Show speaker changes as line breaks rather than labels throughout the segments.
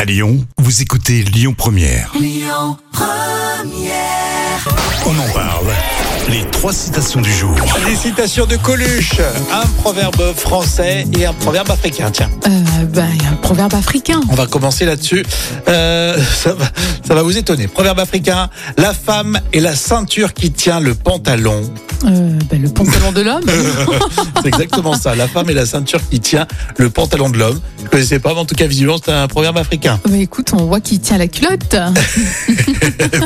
À Lyon, vous écoutez Lyon Première. On en parle. Les trois citations du jour.
Des citations de Coluche, un proverbe français et un proverbe africain. Tiens,
Euh, ben, il y a un proverbe africain.
on va commencer là-dessus. Euh, ça, va, ça va vous étonner. Proverbe africain la femme est la ceinture qui tient le pantalon.
Euh, ben, le pantalon de l'homme.
C'est exactement ça. La femme est la ceinture qui tient le pantalon de l'homme. Je ne connaissais pas, mais en tout cas, visiblement, c'est un proverbe africain.
Ben, écoute, on voit qu'il tient la culotte.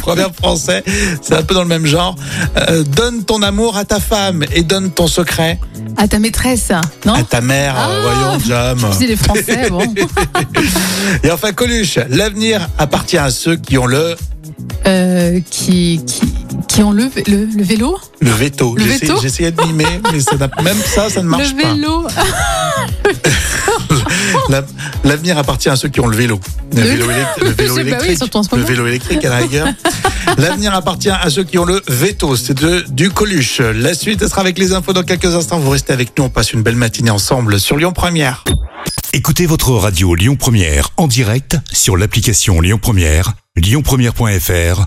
proverbe français, c'est un peu dans le même genre. Euh, donne ton amour à ta femme et donne ton secret
À ta maîtresse, non
à ta mère.
Ah,
Voyons, Jam.
Je disais les Français, bon.
Et enfin, Coluche, l'avenir appartient à ceux qui ont le,
Euh, qui, qui, qui ont le, vé- le, le vélo
le veto.
Le
J'essaie-
veto
J'essayais de mimer, mais ça n'a- même ça, ça ne marche
Le vélo.
pas. La- L'avenir appartient à ceux qui ont le vélo. Le
Le-
vélo, élect- le vélo
Je sais pas, oui,
électrique.
surtout en ce
le
moment.
vélo électrique, à la rigueur. L'avenir appartient à ceux qui ont le veto. C'est de, du Coluche. La suite, elle sera avec les infos dans quelques instants. Vous restez avec nous. On passe une belle matinée ensemble sur Lyon Première.
Écoutez votre radio Lyon Première en direct sur l'application Lyon Première, lyonpremière.fr